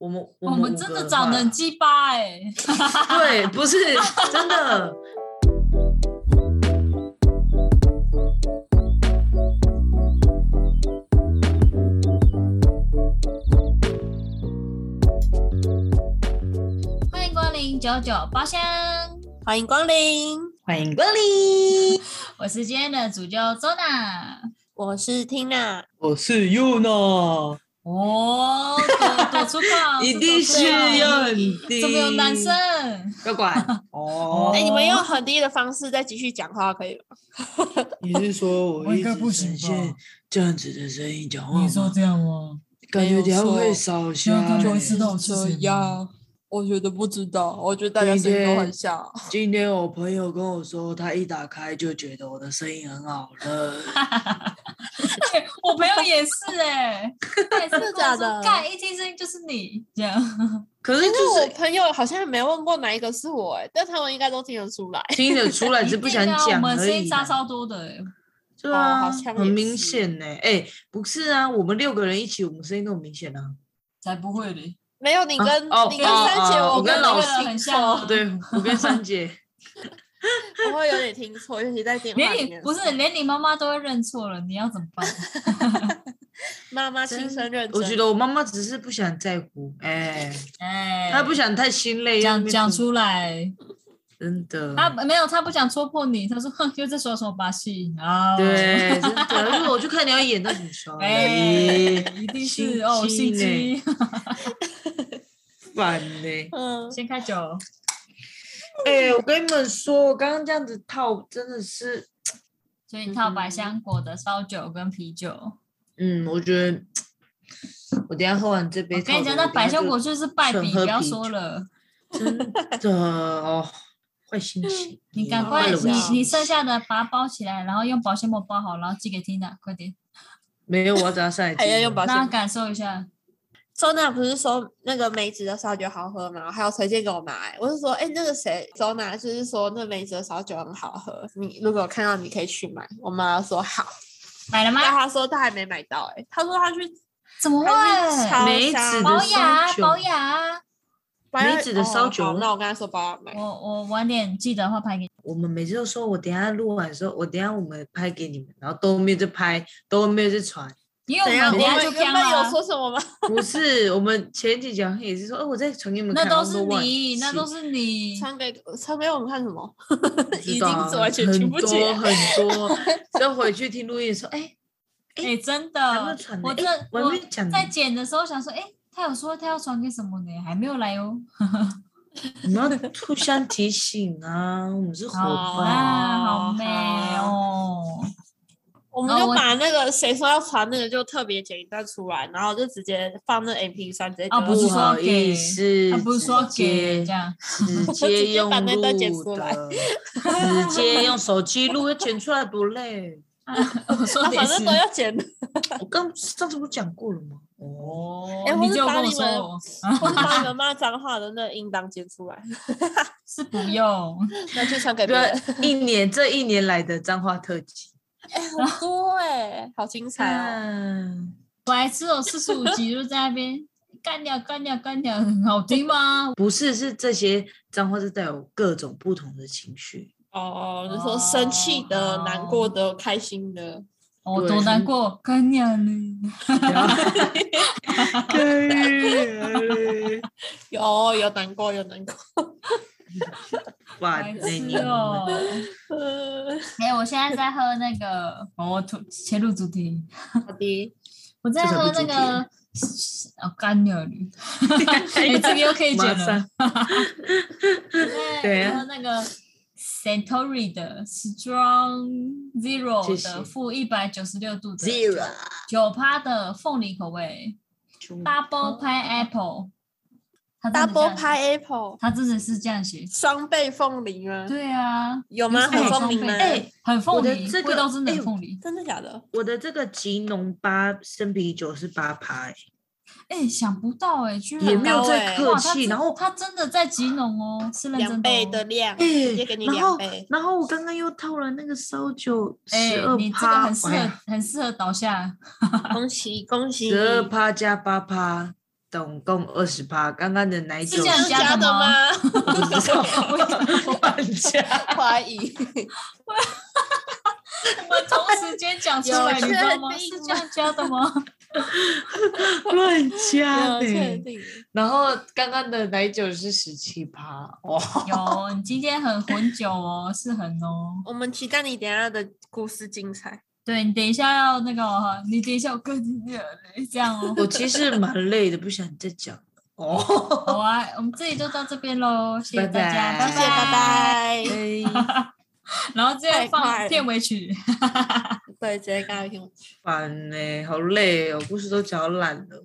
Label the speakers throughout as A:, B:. A: 我们
B: 我
A: 们
B: 们
A: 五
B: 真
A: 个
B: 的
A: 话
B: 长得很鸡巴哎、
A: 对，不 是真的。
B: 欢迎光临九九包厢，
C: 欢迎光临，
A: 欢迎光临，
B: 我是今天的主教周娜。
C: 我是 Tina。
A: 我是 Yuna，
B: 哦，躲躲出口，
A: 一定是要很低，
B: 怎么有男生？？
A: 不 管哦
C: 哎、你们用很低的方式再继续讲话可以吗？
A: 你是说我
D: 我应
A: 一
D: 该
A: 直
D: 不行
A: 呈现
D: 吧哦
A: 这样子的声音讲话
D: 你说
A: 吗？
D: 这样吗？
A: 感觉等下
C: 没
A: 会
C: 有错
A: 少
D: 就
A: 下
D: 要
A: 欸。
D: 当没事的事情吗
C: 呀，我觉得不知道，我觉得大家声音都很像。
A: 今天我朋友跟我说，他一打开就觉得我的声音很好了。
B: 对我朋友也是哎、 他也是跟我
C: 真的假
B: 说
C: 的
B: 干一听声音就是你这样，
A: 可是
C: 但
A: 就是
C: 我
A: 是
C: 朋友好像没问过哪一个是我、哎，但他们应该都听得出来。
A: 听得出 来，只是不想
B: 一定啊
A: 讲
B: 我们
A: 而
B: 声音
A: 已
B: 差
A: 啦。
B: 超多的哎、
A: 对
C: 哦
A: 啊，
C: 好像
A: 很
C: 也
A: 明
C: 是
A: 显呢、哎、不是啊，我们六个人一起，我们声音都很明显啊。
B: 才不会嘞。
C: 没有你跟、
A: 哦
C: 你跟
A: 哦
C: 三姐，
A: 哦我
C: 我
A: 跟老哦
C: 师
B: 师很像啊
A: 对，我跟三 姐
C: 我会有点听错，尤其在电话
B: 连
C: 里
B: 你
C: 面。
B: 不是连你妈妈都会认错了，你要怎么办？
C: 妈妈亲身认证，
A: 我觉得我妈妈只是不想在乎，哎、
B: 哎，
A: 她不想太心累，要
B: 讲
A: 面
B: 讲
A: 子
B: 出来，
A: 真的，
B: 他没有，他不想戳破你，他说哼，又在耍什么把戏啊？哦，
A: 对，真的，因为我就看你要演到什么时候，
B: 哎
A: 哎，
B: 一定
A: 心
B: 是哦，
A: 机
B: 心
A: 呢
B: 机。
A: 烦呢。
C: 嗯，
B: 先开酒，
A: 哎，我跟你们说，我刚刚这样子套真的是，
B: 所以你套百香果的烧酒跟啤酒。
A: 嗯，我觉得我等一下喝完这杯
B: 我
A: 套的，
B: 跟你讲，那
A: 等一下
B: 百香
A: 就
B: 果就是败
A: 纯
B: 笔，
A: 喝
B: 不要
A: 啤
B: 说
A: 酒
B: 了，
A: 真的哦，坏心情。
B: 你赶
A: 坏
B: 快，
A: 了
B: 你
A: 我的心
B: 你剩下的把它包起来，然后用保鲜膜包好，然后寄给 Tina，快点，
A: 没有，我要等他上来。
C: 还要用保
B: 让
C: 险
B: 她。感受一下。
C: 周娜不是说那个梅子的烧酒好喝吗？还有推荐给我买、我是说，哎、那个谁，周娜就是说那梅子的烧酒很好喝，你如果有看到你可以去买。我妈说好，
B: 买了吗
C: 但？
A: 啊
C: 她说她还没买到、哎，她说她去
B: 怎么
C: 她去
B: 会？
C: 超
A: 梅子
C: 商
A: 的
B: 保
A: 烧
B: 养啊
A: 酒
B: 保养，
C: 买了
A: 梅子的
C: 哦
A: 烧酒
C: 好那我跟她说帮我买
B: 我。我晚点记得的话拍给你。
A: 我们每次都说，我等一下录完的时候，我等一下我们拍给你们，然后都没有在拍，都没有在 传。
B: 因为
C: 怎样？
B: 我
C: 我
B: 们
C: 们
B: 等一下就
C: 原
B: 偏
C: 本
B: 了，
C: 有
B: 啊
C: 说什么吗？
A: 不是，我们前几讲也是说，哦，我在传给你们
B: 那
A: 看。
B: 都
A: 然后
B: 是
A: 晚
B: 你，那都
A: 是
B: 是你。
C: 传给传给我们看什么？
A: 不知
C: 已
A: 道
C: 经
A: 啊
C: 是完全听不
A: 很多
C: 见。
A: 很 多，就回去听录音说，哎，
B: 哎、真
A: 还没有
B: 的，
A: 传呢，
B: 我这
A: 哎我
B: 我
A: 还没讲呢，
B: 在剪的时候想说，哎、他有说他要传给什么呢？还没有来哦。
A: 我们要互相提醒啊，我们是伙
B: 好
A: 伴。
B: 啦，好美
C: 好
B: 哦。
C: 我们
B: 哦
C: 就
B: 我
C: 把那个谁说要传那个就特别剪一段出来，然后就直接放那 MP 三直接丢
B: 啊
C: 上去。
B: 不是说
A: 好
B: 给
A: 意思，
B: 他不是说
A: 直
B: 给
A: 接
B: 这样，
A: 直
C: 直
A: 接
C: 接
A: 用
C: 把那段剪
A: 录
C: 出来
A: 的，直接用手机录，要剪出来多累。
B: 我说
C: 啊，
B: 的也
C: 反
B: 是
C: 正都。要剪。
A: 我刚上次不讲过了吗？哦，
B: 哦
C: 哎，
B: 你
C: 或是
B: 就
C: 把
B: 跟我
C: 你们
B: 说，
C: 或是把你们骂脏话的那个音档剪出 来，
B: 是不用。
C: 那就传给别人。
A: 对，啊一年这一年来的脏话特辑，
C: 很多哎，好精彩哦！
A: 嗯，
B: 我还只有四十五集，就在那边干掉干掉干掉，很好听吗？
A: 不是，是这些脏话是带有各种不同的情绪，
C: 哦，就说生气的、
B: 哦
C: 难过的、开心的，
B: 哦，
A: 对
B: 多难过，干掉你。
A: 然后对
C: 有有难过有难过。
A: 烦
B: 白
A: 欸你
B: 痴哦！
C: 呃
B: 哎、我现在在喝那个， 哦、我突切入主题，
C: 好的，
B: 我在喝那
A: 这才
B: 个哦干 鸟驴，哎、这个又可以
A: 马
B: 剪了
A: 上。
B: 我
A: 对
B: 在
A: 啊
B: 喝那个 Santori 的 Strong
A: 谢
B: Zero
A: 谢
B: 的负一百九十六度的九趴的凤梨口味 Double Pineapple，它真的这
C: double
B: 样
C: pineapple
B: 它真的是这样写。
C: 双倍凤梨吗？
B: 对啊，
C: 有吗？
B: 有什么
C: 很
B: 双
C: 聪明
B: 倍
C: 吗？
A: 哎、
B: 很
A: 我
B: 凤
A: 的
B: 梨，
A: 这个
B: 味道真的
A: 哎
B: 很凤梨。
C: 真的假的？
A: 我的这个吉农八生啤酒是八趴、欸，
B: 哎、想不到哎、居然
A: 也没有
C: 高
A: 在
C: 欸
A: 客
B: 哇他
A: 气。
B: 真
A: 然后，
B: 他真的在吉农哦，是认真的、哦、
C: 两倍的量，
A: 哎、
C: 直接给你
A: 然后
C: 两倍，。
A: 然后我刚刚又套了那个烧酒
B: 哎、
A: 十二
B: 你这个
A: 趴
B: 很，适合，很适合倒下。
C: 恭喜恭喜！
A: 十二趴加八趴，总共二十八，刚刚的奶酒
B: 这样
C: 是
B: 加
C: 加
B: 的
C: 的
B: 吗
C: 吗？
A: 不知道乱加，
C: 怀 疑，
B: 我们同时间讲出来，
C: 有
B: 你知道吗？
C: 确定
B: 是
C: 吗
B: 这样加的吗？
A: 乱
B: 啊
A: 加
B: 嗯
C: 没有确
A: 的。
C: 定。
A: 然后刚刚的奶酒是十七趴，哇，
B: 有，你今天很混酒哦，是很哦。
C: 我们期待你等一下的故事精彩。
B: 对你等一下要那个哦，你等一下我跟你讲这样 哦。
A: 我其实蛮累的，不想再讲了。哦，
B: 好啊，我们这里就到这边喽，谢谢大家，
A: 拜拜
C: 谢谢，拜拜。
A: 哎
B: 然后直接
C: 太快
B: 放
C: 了
B: 片尾曲，
C: 对，直接告诉我。
A: 烦呢、好累哦，故事都讲烂 了。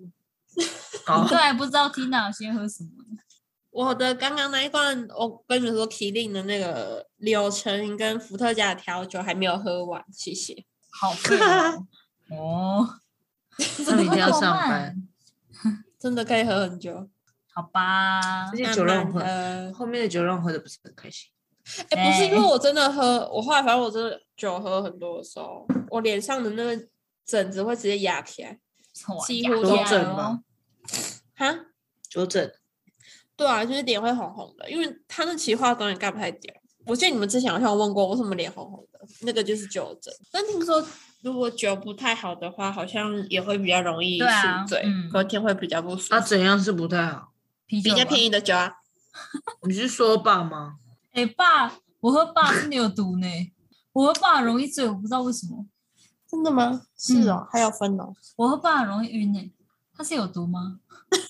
A: 好，
B: 都还不知道 Tina 先喝什么。
C: 我的刚刚那一罐，我跟你们说，提令的那个柳橙跟伏特加的调酒还没有喝完，谢谢。
B: 好废哦。 哦，
A: 那明天要上班，
C: 真的可以喝很久，
B: 好吧
A: 这？些
C: 慢
A: 酒让
C: 慢
A: 我喝，
C: 喝。
A: 后面的酒让我喝的不是很开心。
C: 哎、不是因
B: 哎
C: 为我真的喝，我后来反正我真的酒喝很多的时候，我脸上的那个疹子会直接压起来。几乎
A: 都
B: 都
A: 整吧
C: 哈，
A: 纠正，
C: 对啊，就是脸会红红的，因为它那其实化妆也盖不太掉。我记得你们之前好像有问过，为什么脸红红的，那个就是酒疹。但听说如果酒不太好的话，好像也会比较容易
B: 对啊
C: 宿醉，
B: 嗯
C: 隔天会比较不舒服。
A: 那、啊怎样是不太好？
B: 啤
C: 比
B: 酒
C: 较
B: 吧
C: 便宜的酒啊，
A: 你是说爸吗？
B: 哎、爸，我喝爸真的有毒呢，我喝爸容易醉，我不知道为什么，
C: 真的吗？是哦，还有分哦。
B: 我喝爸容易晕呢，它是有毒吗？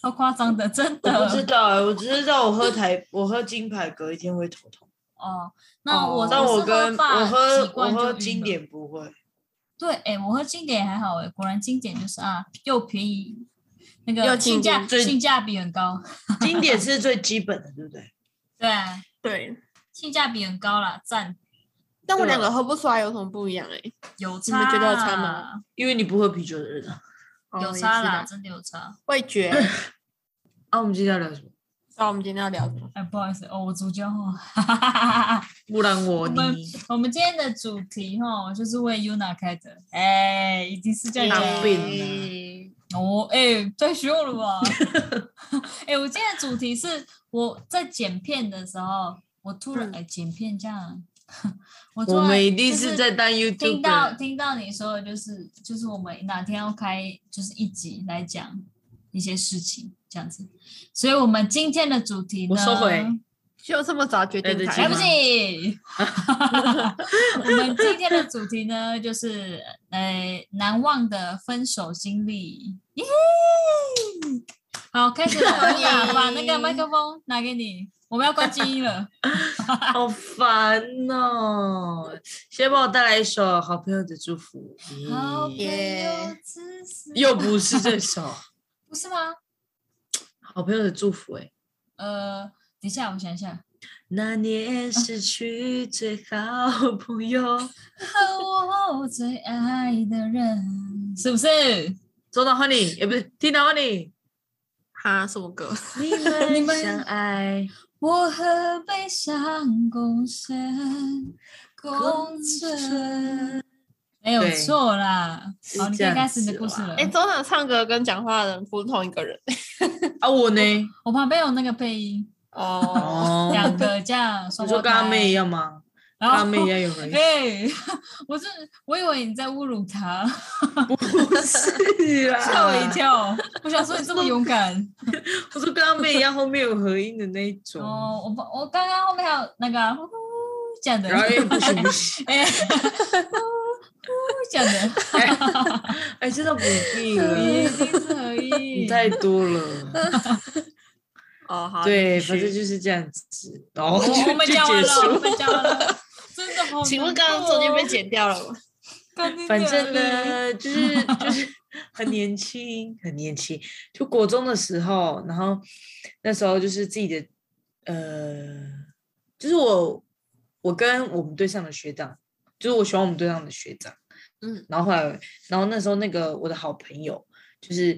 B: 超夸张的，真
A: 我不知
B: 的。
A: 道、啊我只知道我喝台，我喝金牌隔一天会头痛，
B: 哦，那我、
C: 哦
A: 但
B: 我
A: 我
B: 是
A: 跟
B: 爸
A: 我喝
B: 几
A: 我
B: 罐就
A: 喝
B: 晕
A: 经
B: 了，
A: 典不会，
B: 对，哎、我喝经典还好哎，果然经典就是啊，又便宜，那
C: 又
B: 个性
C: 经典
B: 价
A: 最
B: 性价比很高，
A: 经典是最基本的，对不对？
B: 对，
C: 对，
B: 性价比很高啦，赞，
C: 但我
A: 对啊
C: 两个喝不出来有什么不一样哎、
B: 有
C: 你
B: 差，
C: 们觉得有差吗？
A: 因为你不喝啤酒的人啊。
C: 哦
B: 有差啦，，
C: 也是的
B: 真的有差。
C: 味 觉。
A: 啊，我们今天要聊什么？
C: 那我们今天要聊什么？
B: 哎，不好意思，哦，我主角哦，
A: 不然我
B: 我
A: 你
B: 们 我们今天的主题哈，就是为 Yuna 开的，哎，已经是这样
A: 有
B: 了
A: 病
B: 哦，哎，太凶了 吧？哎，我今天的主题是我在剪片的时候，我突然
C: 嗯
B: 哎剪片这样， 我突
A: 我
B: 然
A: 们一定
B: 就是
A: 在当 YouTube
B: 听到听到你说的就是就是我们哪天要开就是一集来讲一些事情这样子，所以我们今天的主题呢，
A: 我收回
C: 就这么早决
A: 来得
C: 定
A: 及
B: 来
C: 台
B: 不
A: 吗
B: 及。 我们今天的主题呢，就是呃难忘的分手经历，耶！好，开始了，
C: 欢迎
B: 把把那个麦克风拿给你，我们要关静音了。
A: 好烦哦！先帮我带来一首《好朋友的祝福》
B: 好朋
A: 咦，
B: 友之死，
A: 又不是这首《
B: 不是吗？
A: 好朋友的祝福》哎。
B: 呃，等一下，我想一下。
A: 那
B: 嗯
A: 年失去最好朋友，
B: 和我最爱的人，是不是？
A: 周到 Honey，也不是 Tina Honey，
C: 哈，什么歌？
A: 你
B: 你
A: 们
B: 们
A: 相爱，
B: 我和悲伤共生，共存。没有错啦。
A: 对
B: 好，你
A: 是这
B: 可
A: 样
B: 以开始你的
A: 子
B: 故事
A: 啦
B: 了。
C: 哎、周娜唱歌跟讲话的人不是同一个人。
A: 啊，我呢？
B: 我旁边有那个配音，
C: 哦，
B: 两个这样双
A: 你
B: 胞
A: 说
B: 胎。
A: 跟阿妹一样吗？跟阿
B: 然后
A: 妹一样有人
B: 哦哎、我是我以为你在侮辱他，
A: 不是啊啦，
B: 吓我一。跳。我想说你这么勇敢。
A: 我说跟阿妹一样，后面有合音的那一种。
B: 哦，我不我刚刚后面还有那个啊呼呼这样的，
A: 然后哎不行不行，
B: 哎，呼呼讲的，
A: 哎，真的不必
B: 一
A: 了，
B: 定是合
A: 你
B: 一。
A: 太多
B: 嗯
A: 了。
C: 哦，好，
A: 对，
C: 你继续
A: 反正就是这样子。然后
B: 我
A: 就
B: 哦我们
A: 就
B: 讲完
A: 结
B: 了，我
A: 束。
B: 们讲完 了，真的好难过哦。
C: 请问刚刚中间被剪掉了吗？
B: 干你娘嘞，
A: 反正呢，就是就是很年轻，很年轻。就国中的时候，然后那时候就是自己的，呃，就是我我跟我们队上的学长，就是我喜欢我们队上的学长。
C: 嗯，
A: 然后后来，然后那时候那个我的好朋友，就是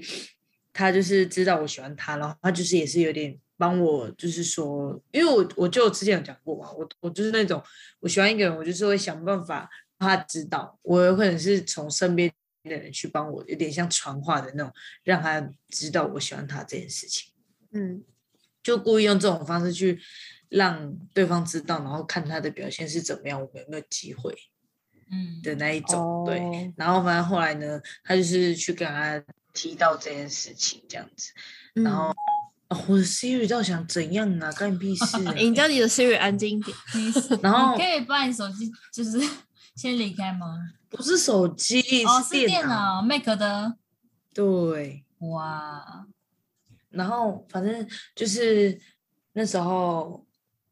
A: 他就是知道我喜欢他，然后他就是也是有点帮我，就是说，因为我我就之前有讲过嘛，我我就是那种我喜欢一个人，我就是会想办法让他知道，我有可能是从身边的人去帮我，有点像传话的那种，让他知道我喜欢他这件事情，
C: 嗯，
A: 就故意用这种方式去让对方知道，然后看他的表现是怎么样，我们有没有机会
B: 嗯，
A: 的那一种，对。
C: 哦！
A: 然后反正后来呢，他就是去跟他提到这件事情，这样子。然后、啊我的 Siri 到底想怎样啊？干你屁事、 啊
C: 你叫你的 Siri 安静一点，
B: 你是
A: 然后
B: 你可以把你手机就是 先离开吗？
A: 不是手机，
B: 哦，
A: 是
B: 是电
A: 脑。
B: 脑 Mac 的，
A: 对，
B: 哇，
A: 然后反正就是那时候，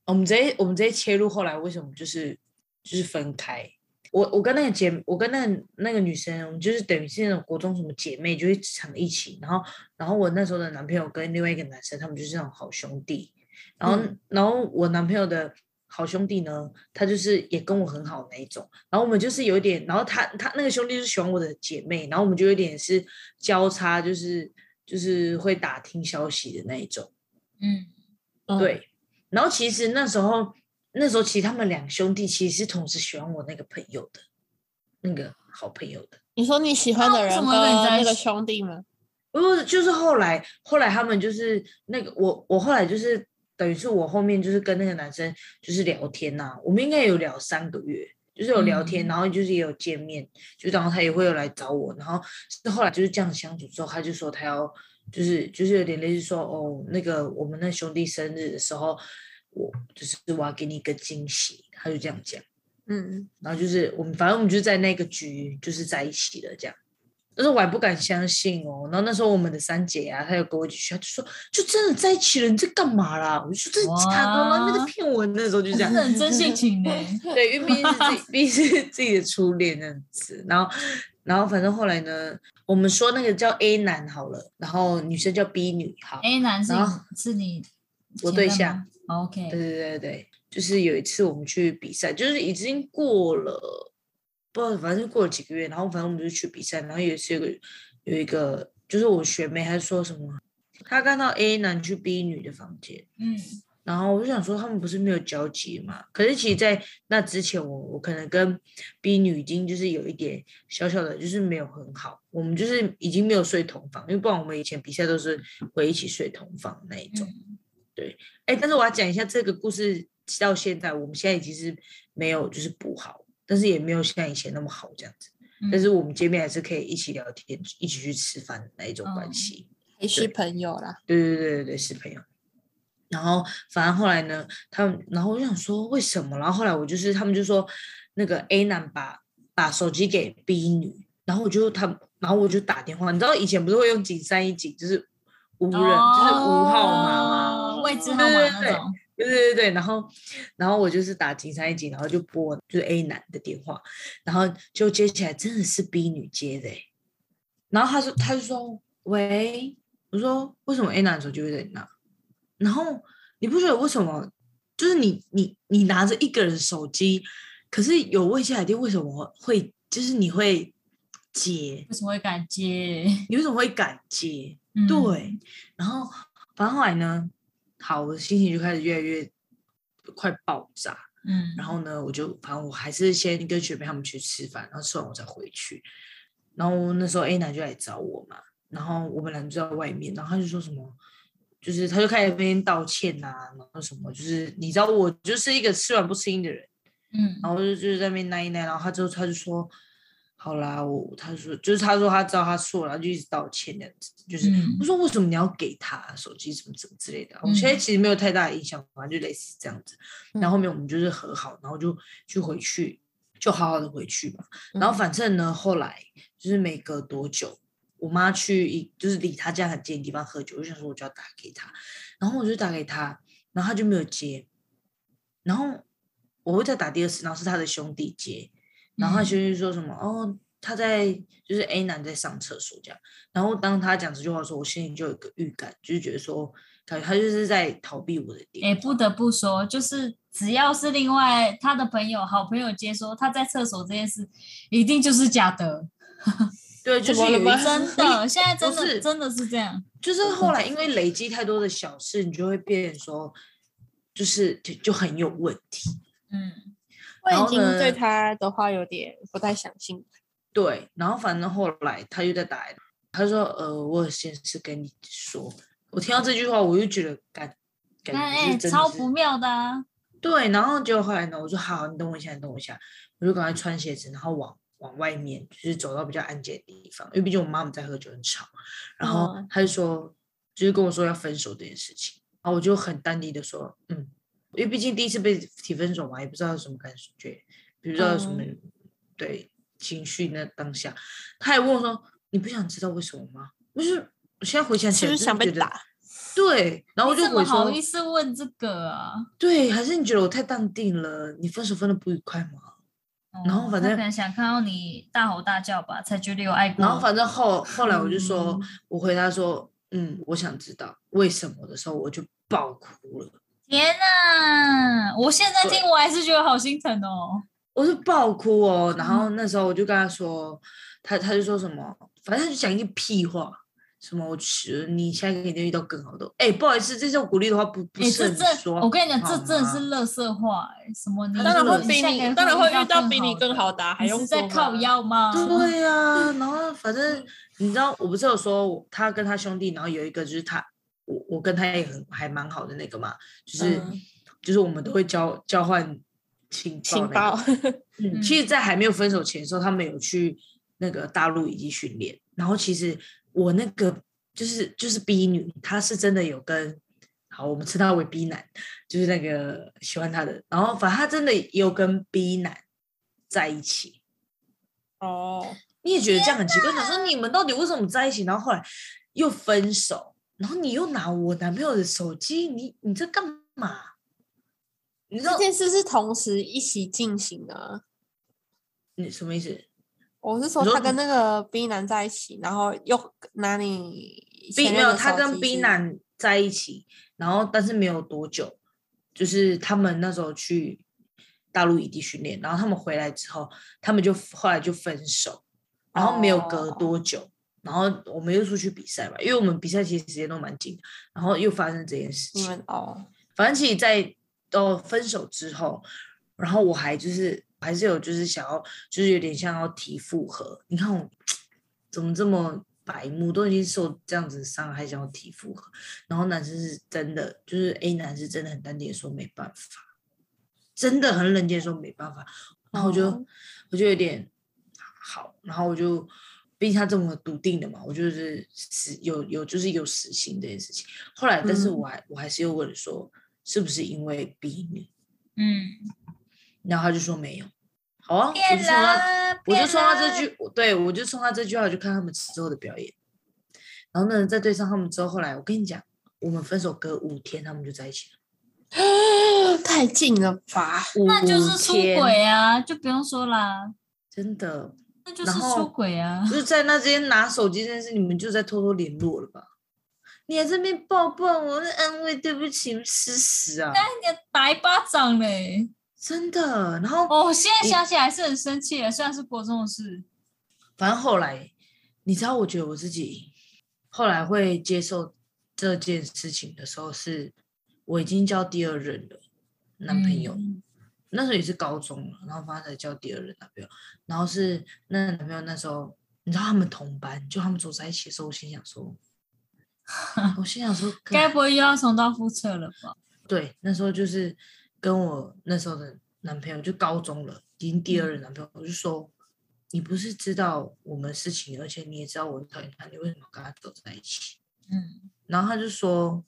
A: 呃我们直接我们直接切入后来为什么就是就是分开。我我跟那个姐，我跟那个那个女生，我们就是等于是那种国中什么姐妹，就会常一起。然后然后我那时候的男朋友跟另外一个男生，他们就是那种好兄弟。然后、然后我男朋友的好兄弟呢，他就是也跟我很好那一种。然后我们就是有点，然后他他那个兄弟就喜欢我的姐妹，然后我们就有点是交叉，就是就是会打听消息的那一种。
B: 嗯，
C: 嗯，
A: 对，然后其实那时候那时候其实他们两兄弟其实是同时喜欢我那个朋友的，那个好朋友的。
C: 你说你喜欢的人
B: 那为什
C: 跟
B: 么跟你在
C: 那
B: 一
C: 个
B: 起
C: 兄弟吗？
A: 不是，就是后来，后来他们就是那个我，我后来就是等于是我后面就是跟那个男生就是聊天呐、我们应该有聊三个月，就是有聊天，
B: 嗯
A: 然后就是也有见面，就然后他也会有来找我，然后是后来就是这样相处之后，他就说他要就是就是有点类似说哦，那个我们那兄弟生日的时候，我就是我要给你一个惊喜，他就这样讲。
C: 嗯，
A: 然后就是我们，反正我们就在那个局就是在一起了这样。但是我还不敢相信哦。然后那时候我们的三姐啊，她有跟我一起去，她就说就真的在一起了，你在干嘛啦？我就说这是假的吗？
B: 哇
A: 那个骗我的那时候就这样
B: 真。的很真性情呢。
A: 对，因为毕竟是自己，毕 竟是自己的初恋那样子。然后，然后反正后来呢，我们说那个叫 A 男好了，然后女生叫 B 女好。
B: A 男是
A: 然后
B: 是你
A: 我
B: 前
A: 对
B: 任
A: 象
B: 吗，OK，哦
A: 对对对对，就是有一次我们去比赛，就是已经过了，不知道反正过了几个月，然后反正我们就去比赛，然后有一次有个有一个就是我学妹，她说什么，她看到 A 男去 B 女的房间，
B: 嗯，
A: 然后我就想说他们不是没有交集嘛，可是其实在那之前我我可能跟 B 女已经就是有一点小小的，就是没有很好，我们就是已经没有睡同房，因为不然我们以前比赛都是会一起睡同房那一种。
B: 嗯
A: 哎，但是我要讲一下这个故事到现在，我们现在已经是没有就是不好，但是也没有像以前那么好这样子。
B: 嗯
A: 但是我们见面还是可以一起聊天，一起去吃饭的那一种关
B: 嗯
A: 系。
C: 还是朋友啦，
A: 对对对对对，是朋友。然后反正后来呢，他们，然后我就想说为什么？然后后来我就是他们就说那个 A 男把把手机给 B 女，然后我就他，然后我就打电话，你知道以前不是会用井三一井，就是无人，就是无号码吗？
B: 哦未知
A: 对
B: 号码
A: 对
B: 那
A: 对
B: 种，
A: 对对对，然后然后我就是打警察一级，然后就拨就是 A 男的电话，然后就接起来，真的是 B 女接的欸、然后他说他就说喂，我说为什么 A 男的手机会在你那？然后你不觉得为什么？就是你你你拿着一个人手机，可是有未接来电，为什么会就是你会接？
B: 为什么会敢接？
A: 你为什么会敢接？
B: 嗯
A: 对，然后反正后来呢，好，我的心情就开始越来越快爆炸。
B: 嗯，
A: 然后呢，我就反正我还是先跟学妹他们去吃饭，然后吃完我再回去。然后那时候 A 男就来找我嘛，然后我本来就在外面，然后他就说什么，就是他就开始那边道歉呐、然后什么，就是你知道我就是一个吃软不吃硬的人，
B: 嗯
A: 然后就就是在那边耐一耐，然后他就他就说，好啦，我他说就是他说他知道他错了，然后就一直道歉这样子，就是、
B: 嗯
A: 我说为什么你要给他手机什么什么之类的啊？我
B: 嗯
A: 现在其实没有太大的影响，反正就类似这样子。然后
C: 嗯
A: 后面我们就是和好，然后就就回去，就好好的回去嘛。
C: 嗯
A: 然后反正呢，后来就是没隔多久，我妈去一就是离她家很近的地方喝酒，我就想说我就要打给她，然后我就打给她，然后她就没有接，然后我会再打第二次，然后是她的兄弟接，然后他
B: 嗯
A: 兄弟说什么、哦，他在就是 A 男在上厕所这样，然后当他讲这句话的时候，我心里就有一个预感，就是觉得说他他就是在逃避我的
B: 哎、
A: 点，
B: 不得不说，就是只要是另外他的朋友、好朋友接说他在厕所这件事，一定就是假的，
A: 对，就
C: 怎
A: 是
C: 么了
A: 有一
C: 吗
B: 真的，现在真
A: 不是
B: 的真的是这样，
A: 就是后 来因为累积太多的小事，你就会变成说，就是就就很有问题。
B: 嗯
C: 我
A: 然
C: 已
A: 后
C: 经
A: 呢
C: 对他的话有点不太相信。
A: 对，然后反正后来他又在打来，他说：“呃，我有心事跟你说。”我听到这句话，我就觉得感感
B: 但
A: 觉
B: 哎、
A: 是真的
B: 超
A: 是
B: 不妙的啊！
A: 对，然后结果后来呢，我说好，你等我一下，你等我一下，我就赶快穿鞋子，然后往往外面，就是走到比较安静的地方，因为毕竟我妈妈在喝酒很吵。然后
C: 嗯
A: 她就说，就是跟我说要分手这件事情，然后我就很淡定的说，嗯，因为毕竟第一次被提分手嘛，也不知道有什么感觉，也不知道有什么、
C: 哦
A: 对情绪那当下，她还问我说，你不想知道为什么吗？我就是我现在回想起
C: 是
A: 来，
C: 不
A: 真
C: 是
A: 的
C: 想被
A: 觉得
C: 打？
A: 对，然后我
B: 你
A: 就
B: 怎么
A: 回
B: 好
A: 说
B: 意，思问这个啊？
A: 对，还是你觉得我太淡定了？你分手分的不愉快吗？然后
B: 哦
A: 反
B: 他
A: 正
B: 可能想看到你大吼大叫吧，才觉得有爱过。
A: 然后反正后后来我就说，
B: 嗯
A: 我回答说，嗯，我想知道为什么的时候，我就爆哭了，
B: 天哪、我现在听我还是觉得好心疼哦。
A: 我是爆哭哦。然后那时候我就跟他说，他他就说什么，反正他就讲一个屁话，什么我去，你下一个一定遇到更好的。哎，不好意思，这种鼓励的话不不
B: 哎、
A: 是
B: 这
A: 很
B: 这，
A: 说，
B: 我跟你讲，这
A: 好
B: 真的
A: 吗
B: 是乐色话、哎什么你
A: 当
C: 当然会
A: 嗯
C: 比
B: 下一个
C: 你，
B: 人
C: 当然会遇到
B: 更
C: 比你
B: 好
C: 更
B: 的
C: 好的啊，还
B: 你
C: 用
B: 是在
C: 说吗
B: 靠？腰吗？
A: 对呀、然后反正你知道，我不是有说我他跟他兄弟，然后有一个就是他，我我跟他也很还蛮好的那个嘛，就是、
C: 嗯
A: 就是我们都会交交换情报、
C: 情报。，
A: 嗯，
B: 嗯
A: 其实，在还没有分手前的时候，他们有去那个大陆以及训练，然后其实我那个就是就是 B 女，她是真的有跟。好，我们称他为 B 男，就是那个喜欢他的，然后反正他真的有跟 B 男在一起，
C: 哦，
A: 你也觉得这样很奇怪，想说你们到底为什么在一起？然后后来又分手，然后你又拿我男朋友的手机，你你在干嘛？你知道
C: 这件事是同时一起进行的啊。
A: 你什么意思
C: 我是说
A: 你说
C: 他跟那个 B 男在一起，然后又拿你
A: ？B
C: 前
A: 没有，
C: 任的
A: 他
C: 手
A: 跟
C: 机
A: B
C: 去
A: 男在一起，然后但是没有多久，就是他们那时候去大陆异地训练，然后他们回来之后，他们就后来就分手，然后没有隔
C: 哦
A: 多久。然后我们又出去比赛嘛，因为我们比赛其实时间都蛮紧的，然后又发生这件事
C: 你
A: 情，
C: 们哦，
A: 反正其实在呃分手之后，然后我还就是还是有就是想要就是有点像要提复合，你看我怎么这么白目，都已经受这样子伤害，还想要提复合，然后男生是真的就是 A 男是真的很淡定地说没办法，真的很冷静地说没办法，然后我就、
C: 哦
A: 我就有点好，然后我就。毕竟他这么笃定的嘛，我就是死有有就是有死心这件事情。后来，但是
C: 嗯
A: 我还、我还是又问说，是不是因为逼你？
B: 嗯，
A: 然后他就说没有。好啊，我就
B: 骗
A: 送他，
B: 人，
A: 我就
B: 骗
A: 送他这
B: 人。
A: 句，我对我就送他这句话，我就看他们之后的表演。然后呢，再对上他们之后，后来我跟你讲，我们分手隔五天，他们就在一起了。
C: 太近了吧？
B: 那就是
A: 五
B: 出
A: 天
B: 轨啊，就不用说啦，
A: 真的
B: 那就是
A: 然后
B: 出轨啊。
A: 就是在那之间拿手机这件事，你们就在偷偷联络了吧？你还这边抱抱我，那安慰，对不起，事实啊，
B: 人家打一巴掌嘞！
A: 真的。然后
B: 哦，我现在想起来还是很生气的，啊虽然是国中的事。
A: 反正后来，你知道，我觉得我自己后来会接受这件事情的时候是，我已经交第二任了男朋友，
B: 嗯
A: 那时候也是高中了，然后反正才交第二任男朋友，然后是那男朋友那时候，你知道他们同班，就他们走在一起的时候，我心想 说，我心想说，
B: 该不会又要重蹈覆辙了吧？
A: 对，那时候就是跟我那时候的男朋友，就高中了，已经第二任男朋友，我就说，你不是知道我们事情，而且你也知道我很讨厌他，你为什么要跟他走在一起？
B: 嗯，
A: 然后他就说，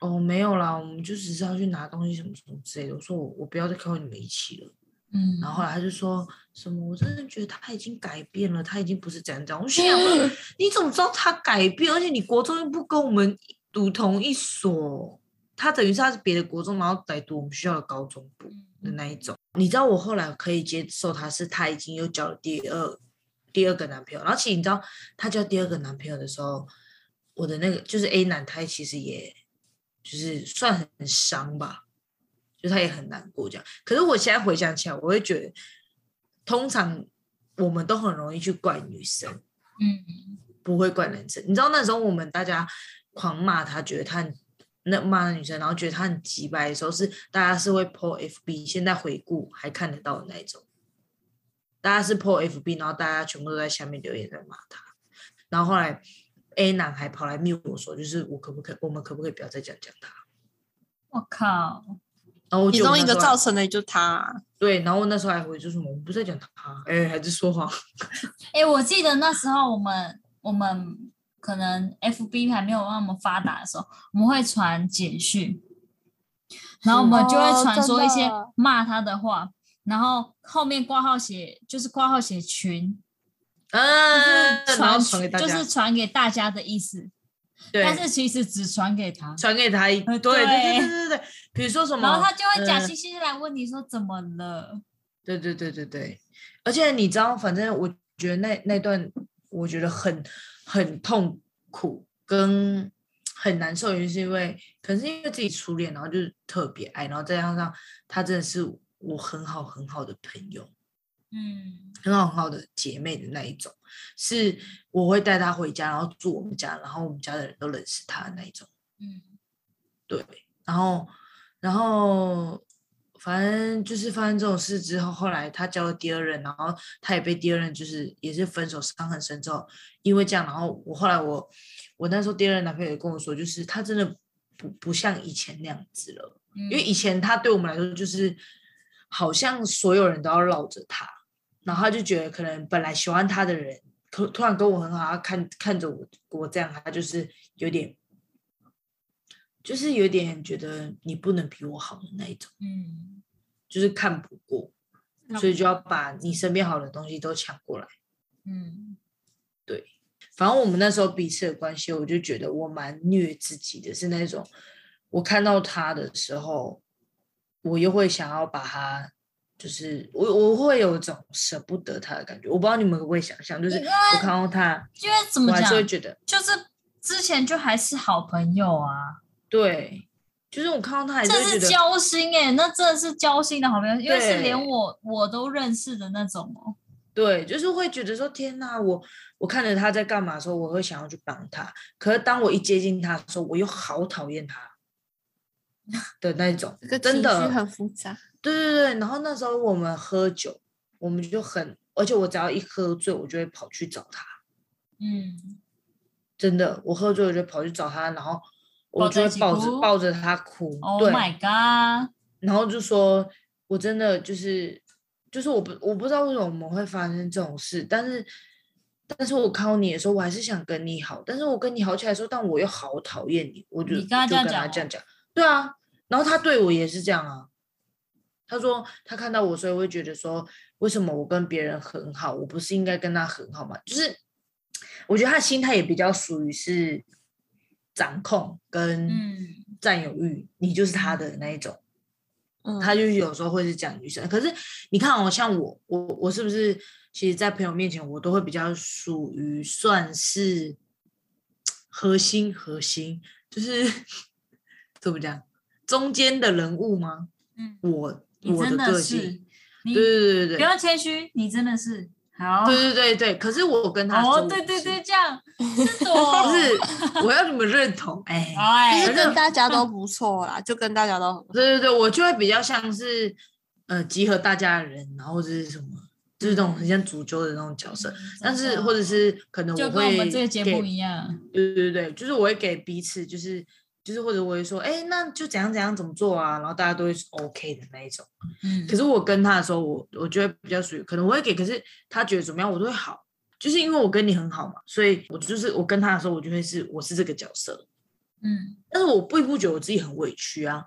A: 哦，没有啦，我们就只是要去拿东西什么什么之类的。我说我我不要再跟你们一起了。
B: 嗯，
A: 然后后来他就说什么，我真的觉得他已经改变了，他已经不是这样这样。我心想说，你怎么知道他改变？而且你国中又不跟我们读同一所，他等于是他是别的国中，然后来读我们学校的高中部的
B: 嗯
A: 那一种。你知道我后来可以接受他是他已经又交了第二第二个男朋友，然后其实你知道他交第二个男朋友的时候，我的那个就是 A 男，他其实也就是算很伤吧，就他也很难过这样。可是我现在回想起来，我会觉得，通常我们都很容易去怪女生，
B: 嗯，
A: 不会怪男生。你知道那时候我们大家狂骂他，觉得他很那骂那女生，然后觉得他很鸡掰的时候，是大家是会 po FB，现在回顾还看得到的那一种。大家是 po FB，然后大家全部都在下面留言在骂他。然后后来 A 男还跑来密我说，就是我可不可以，我们可不可以不要再讲讲他？
B: 我靠，
A: 然后我
C: 其
A: 就
C: 中一个造
A: 照
C: 成的就是他啊、
A: 对，然后我那时候还回就什么，我不是在讲他，哎，还是说谎。
B: 哎、我记得那时候我们我们可能 FB 还没有那么发达的时候，我们会传简讯，然后我们就会传说一些
C: 哦真的
B: 骂他的话，然后后面挂号写就是挂号写群，
A: 嗯，
B: 就 是
A: 然后
B: 传
A: 传给大家，
B: 就是传给大家的意思，
A: 对，
B: 但是其实只传给他，
A: 传给他一，对
B: 呃
A: 对对
B: 对
A: 对对对，比如说什么，
B: 然后他就会假
A: 呃
B: 惺惺地来问你说怎么了，
A: 对对对对对，而且你知道，反正我觉得那那段我觉得很很痛苦跟很难受，也是因为可能是因为自己初恋，然后就是特别爱，然后再加上她真的是我很好很好的朋友，
B: 嗯，
A: 很好很好的姐妹的那一种，是我会带她回家，然后住我们家，然后我们家的人都认识她的那一种。
B: 嗯，
A: 对，然后，然后，反正就是发生这种事之后，后来他交了第二任，然后他也被第二任就是也是分手伤很深之后，因为这样，然后我后来我我那时候第二任男朋友也跟我说，就是他真的不不像以前那样子了，
B: 嗯
A: 因为以前他对我们来说就是好像所有人都要绕着他，然后他就觉得可能本来喜欢他的人，突突然跟我很好，他看看着我我这样，他就是有点，就是有点觉得你不能比我好的那一种，
B: 嗯
A: 就是看不过，所以就要把你身边好的东西都抢过来。
B: 嗯嗯，
A: 反正我们那时候彼此的关系，我就觉得我蛮虐自己的，是那种我看到他的时候，我又会想要把他，就是我我会有一种舍不得他的感觉。我不知道你们会不会想象，就是
B: 因为
A: 我看到他，
B: 因为怎
A: 我
B: 么
A: 还
B: 讲
A: 是，会觉得
B: 就是之前就还是好朋友啊。
A: 对，就是我看到他，还是
B: 这
A: 会
B: 是
A: 哎觉得
B: 交心哎、那真的是交心的好朋友，因为
A: 对
B: 是连我我都认识的那种哦、
A: 对，就是会觉得说天哪，我我看着他在干嘛的时候，我会想要去帮他。可是当我一接近他的时候，我又好讨厌他的那种，
C: 这个
A: 真的
C: 情绪很复杂。
A: 对对对，然后那时候我们喝酒，我们就很，而且我只要一喝醉，我就会跑去找他。
B: 嗯，
A: 真的，我喝醉我就跑去找他，然后我
B: 抱
A: 就
B: 在一
A: 会
B: 起
A: 抱着
B: 哭
A: 抱着他哭，
B: Oh
A: 对，
B: my god！
A: 然后就说，我真的就是就是我不我不知道为什么我们会发生这种事，但是但是我看到你的时候，我还是想跟你好，但是我跟你好起来的时候，但我又好讨厌你，我就
B: 你跟他
A: 就
B: 这样
A: 跟
B: 讲
A: 他这
B: 哦
A: 样讲，对啊，然后他对我也是这样啊，他说他看到我，所以会觉得说，为什么我跟别人很好，我不是应该跟他很好吗？就是我觉得他的心态也比较属于是掌控跟
B: 嗯，
A: 占有欲，你就是他的那一种。
C: 嗯，
A: 他就是有时候会是讲女生，可是你看哦，像我，我我是不是，其实，在朋友面前，我都会比较属于算是核心核心，就是 怎么讲，中间的人物吗？
B: 嗯，
A: 我
B: 你
A: 我
B: 真
A: 个性，
B: 是，你
A: 对对对对
B: 不
A: 对
B: 要谦虚，你真的是好。
A: 对对对对，可是我跟他
B: 哦，
A: 说
B: 对
A: 我
B: 对
A: 是
B: 对，这 哦样是我
A: 不，是我要你们认 同，哎，
C: 其
B: 哎
C: 实，跟大家都不错啦，就跟大家都很好。
A: 对对对，我就会比较像是呃集合大家的人，然后是什么，就是这
B: 嗯
A: 种很像主揪的那种角色。但
B: 真
A: 是
B: 的
A: 或者是可能
B: 嗯就
A: 我
B: 跟
A: 会
B: 我们这个节目
A: 给
B: 一样，
A: 对对对，就是我会给彼此就是就是或者我会说，哎，那就怎样怎样怎么做啊，然后大家都会说 OK 的那一种。
B: 嗯，
A: 可是我跟他的时候，我我觉得比较属于可能我会给，可是他觉得怎么样，我都会好，就是因为我跟你很好嘛，所以我就是我跟他的时候，我就会是我是这个角色，
B: 嗯
A: 但是我并不觉得我自己很委屈啊。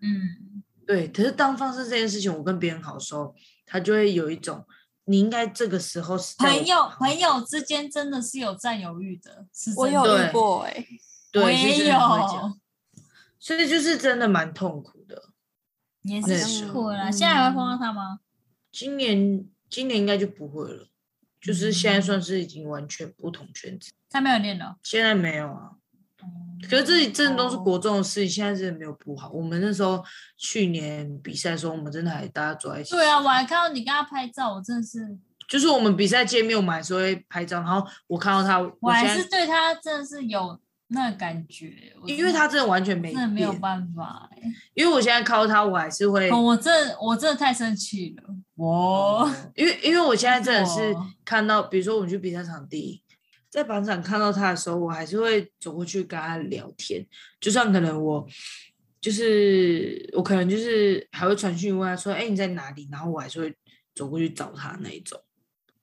B: 嗯
A: 对，可是当放生这件事情，我跟别人好的时候，他就会有一种你应该这个时候是在我
B: 朋友
A: 旁
B: 朋友之间真的是有占有欲的，是
C: 我
B: 真
C: 有
B: 的
A: 对
C: 遇过哎、
B: 我
A: 对，是
B: 也
A: 真的会讲
B: 有，
A: 所以就是真的蛮痛苦的。
B: 也
A: 对
B: 是辛苦了啦。现在还会碰到他吗？
A: 今年今年应该就不会了，就是现
B: 嗯
A: 在算是已经完全不同圈子，
B: 他没有练了。
A: 现在没有啊。可是这里真的都是
C: 哦
A: 国中的事情，现在真的没有不好。我们那时候去年比赛的时候，我们真的还大家走在一起，
B: 对啊，我还看到你跟他拍照，我真的是，
A: 就是我们比赛见面，我们还是会拍照。然后我看到他，
B: 我
A: 我
B: 还
A: 现
B: 是
A: 在
B: 对他真的是有那感觉，我
A: 因为他真的完全没
B: 真的没有
A: 变，
B: 办法欸、
A: 因为我现在看到他，我还是会
B: 哦我真的我真的太生气了，哦哇，
A: 因为因为我现在真的是
B: 哇
A: 看到，比如说我们去比赛场地，在靶场看到他的时候，我还是会走过去跟他聊天，就算可能我就是我可能就是还会传讯问他说，哎、你在哪里？然后我还是会走过去找他那一种，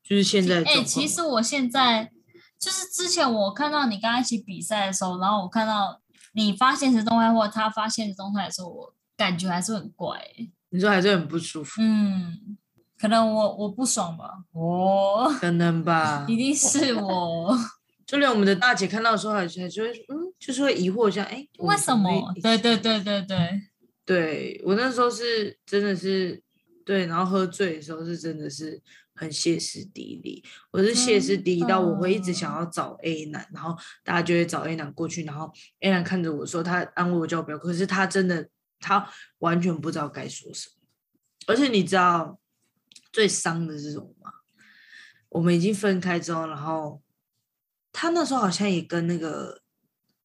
A: 就是现在的
B: 哎、
A: 状况
B: 其实我现在就是之前我看到你跟他一起比赛的时候，然后我看到你发现实动态或者他发现实动态的时候，我感觉还是很怪、欸。
A: 你说还是很不舒服，
B: 嗯，可能我我不爽吧，我、
A: 可能吧
B: 一。定是我
A: 就连我们的大姐看到的时候，还是还是会嗯，就是会疑惑一下，哎、 我
B: 为
A: 们
B: 什
A: 怎会
B: 么
A: 一？起
B: 对对对对对，
A: 对我那时候是真的是对，然后喝醉的时候是真的是很歇斯底里，我是歇斯
B: 真
A: 底里到我会一直
B: 的
A: 想要找 A 男，然后大家就会找 A 男过去，然后 A 男看着我说他安慰我叫我不要哭，可是他真的他完全不知道该说什么，而且你知道最伤的是什么吗？我们已经分开之后，然后他那时候好像也跟那个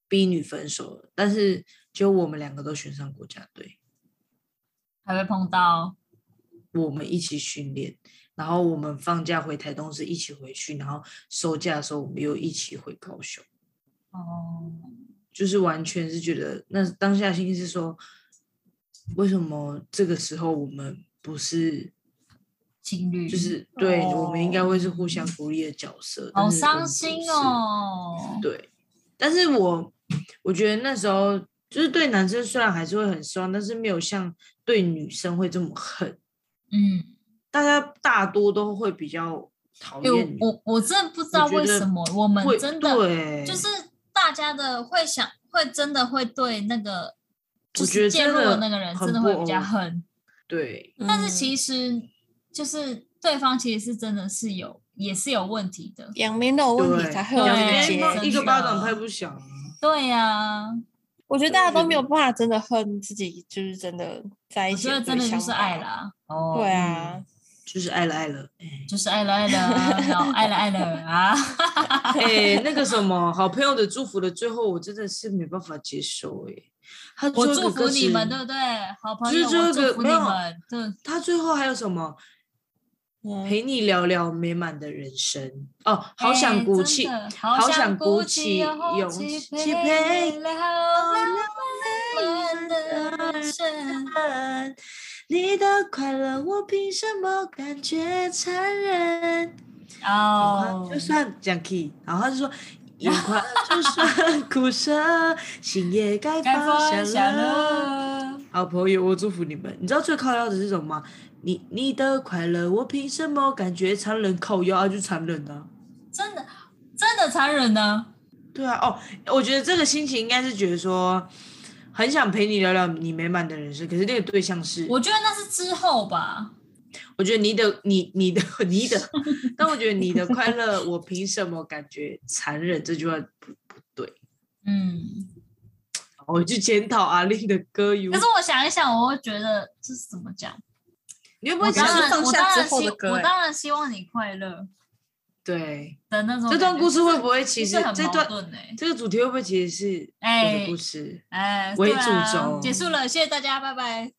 A: B 女分手了，但是只有我们两个都选上国家队，
B: 还会碰到
A: 我们一起训练，然后我们放假回台东是一起回去，然后收假的时候我们又一起回高雄，
B: 哦，
A: 就是完全是觉得那当下心是说，为什么这个时候我们不是
B: 情侣，
A: 就是对、我们应该
C: 哦
A: 会是互相鼓励的角色，但
B: 好
A: 是我们
B: 伤
A: 不
B: 心
A: 是
B: 哦。
A: 对，但是我我觉得那时候就是对男生虽然还是会很失望，但是没有像对女生会这么恨。
B: 嗯。
A: 大家大多都会比较讨
B: 对，
A: 厌女，
B: 我我真的不知道
A: 觉
B: 为
A: 得
B: 什么我们
A: 会
B: 真的
A: 对
B: 就是大家的会想会真的会对那个就
A: 我觉得
B: 是介
A: 真
B: 入
A: 的
B: 的那个人
A: 很
B: 真的
A: 不哦嗯
B: 会比较
A: OK
B: 恨，
A: 对
B: 但是
C: 实
B: 其实就是对方其实是真的是有也是有问题的，
C: 两边都有问题才会有
B: 对
C: 理
A: 两
B: 解
A: 边
C: 解。
A: 一个
B: 真
A: 巴
B: 的
A: 掌拍不响啊。
B: 对啊呀、
C: 我觉得大家都没有办法真的恨自己，就是真的在一
B: 我
C: 起
B: 觉得真的
C: 对
B: 就是
C: 象
B: 爱
C: 吧。
B: 啦，哦，
C: 对，啊，
A: 就是爱了爱了，哎、
B: 就是爱了爱 了啊，然后爱了爱了啊，
A: 哎那个什么，好朋友的祝福的最后，我真的是没办法接受哎、他最
B: 我
A: 后一
B: 祝
A: 个歌
B: 福你
A: 词
B: 们，对不对？好朋
A: 就是
B: 友，我
A: 这个
B: 祝福
A: 没
B: 你
A: 有
B: 们，对，
A: 他最后还有什么
C: 嗯
A: 陪你聊聊美满的人生哦，好想
B: 哎
A: 鼓
B: 真
A: 气，
B: 的
A: 好
B: 好
A: 想
B: 想
A: 鼓
B: 鼓
A: 起
B: 起
A: 勇
B: 勇
A: 气
B: 气
A: 陪
B: 陪你聊聊美满的人生。
A: 你的快乐我凭什么感觉残忍？
B: 哦，
A: 就算讲 key，然后他就说。眼 眶就算苦涩，心也该
B: 该
A: 放
B: 放
A: 下
B: 下
A: 了。
B: 了。
A: 好朋友，我祝福你们。你知道最靠腰的是什么吗？你你的快乐，我凭什么感觉残忍？靠腰啊，就残忍啊。
B: 真的，真的残忍呢。
A: 对啊，哦，我觉得这个心情应该是觉得说，很想陪你聊聊你美满的人生，可是那个对象是，我
B: 我觉得那是之后吧。
A: 觉得你的你你的你 的，但我觉得你的快乐，我凭什么感觉残忍？这句话不不对，
B: 嗯，
A: 我哦去检讨阿令的歌有
B: 可，是我想一想，我会觉得这是怎么讲？
A: 你会不
B: 我
A: 会
B: 当
A: 想
C: 是
A: 说，
B: 然，
C: 放
B: 我
C: 下
B: 当
C: 之
B: 然
C: 后
B: 希
C: 的
A: 哎
C: 歌，
B: 我
C: 欸
B: 当然希望你快乐
A: 对，
B: 的那种感觉。
A: 这段故事会不会
B: 就
A: 其
B: 是
A: 实
B: 很
A: 这
B: 矛
A: 段
B: 盾欸
A: 这个主题会不会其实是我的
B: 哎
A: 故事？
B: 哎，
A: 为
B: 对啊
A: 主轴
B: 结束了，谢谢大家，拜拜。